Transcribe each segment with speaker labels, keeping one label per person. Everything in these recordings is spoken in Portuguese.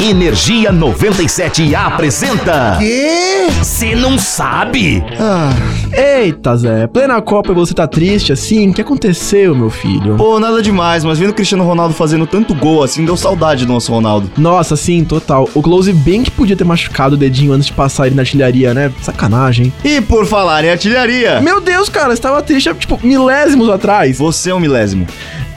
Speaker 1: Energia 97 apresenta.
Speaker 2: Quê?
Speaker 1: Você não sabe?
Speaker 2: Ah, eita, Zé. Plena Copa e você tá triste assim? O que aconteceu, meu filho?
Speaker 3: Pô, nada demais, mas vendo o Cristiano Ronaldo fazendo tanto gol assim, deu saudade do nosso Ronaldo.
Speaker 2: Nossa, sim, total. O Close bem que podia ter machucado o dedinho antes de passar ele na artilharia, né? Sacanagem.
Speaker 3: E por falar em artilharia,
Speaker 2: Meu Deus, cara, você tava triste, há, tipo, milésimos atrás.
Speaker 3: você é um milésimo.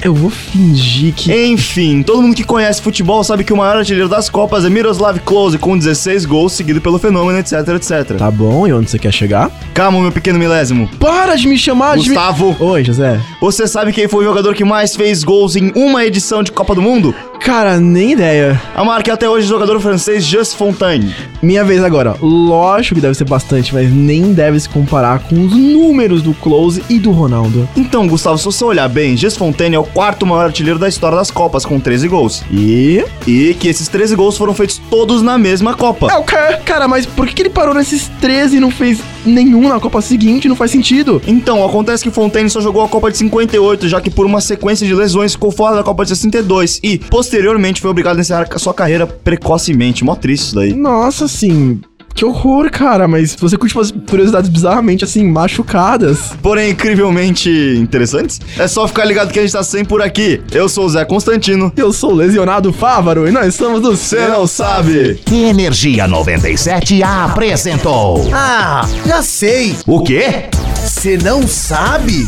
Speaker 2: Eu vou fingir que.
Speaker 3: Enfim, todo mundo que conhece futebol sabe que o maior artilheiro das Copas é Miroslav Klose, com 16 gols, seguido pelo Fenômeno, etc, etc.
Speaker 2: Tá bom, e onde você quer chegar?
Speaker 3: Calma, meu pequeno milésimo.
Speaker 2: Para de me chamar de. me-
Speaker 3: Gustavo,
Speaker 2: Oi, José.
Speaker 3: você sabe quem foi o jogador que mais fez gols em uma edição de Copa do Mundo?
Speaker 2: Cara, nem ideia.
Speaker 3: A marca é até hoje o jogador francês Just Fontaine.
Speaker 2: Minha vez agora. Lógico que deve ser bastante, mas nem deve se comparar com os números do Close e do Ronaldo.
Speaker 3: Então, Gustavo, se você olhar bem, Just Fontaine é o quarto maior artilheiro da história das Copas, com 13 gols.
Speaker 2: E.
Speaker 3: E que esses 13 gols foram feitos todos na mesma Copa.
Speaker 2: É o cara. Cara, mas por que que ele parou nesses 13 e não fez nenhum na Copa seguinte? Não faz sentido.
Speaker 3: Então, acontece que Fontaine só jogou a Copa de 58, já que por uma sequência de lesões ficou fora da Copa de 62 e, posteriormente, foi obrigado a encerrar a sua carreira precocemente. Mó triste isso daí.
Speaker 2: Nossa, assim. Que horror, cara, mas se você curte umas curiosidades bizarramente, assim, machucadas.
Speaker 3: Porém, incrivelmente interessantes. É só ficar ligado que a gente tá sempre por aqui. Eu sou o Zé Constantino.
Speaker 2: Eu sou o lesionado Fávaro e nós somos do
Speaker 3: Você não sabe!
Speaker 1: Energia 97 apresentou.
Speaker 4: Ah, já sei.
Speaker 1: O quê?
Speaker 4: Você não sabe?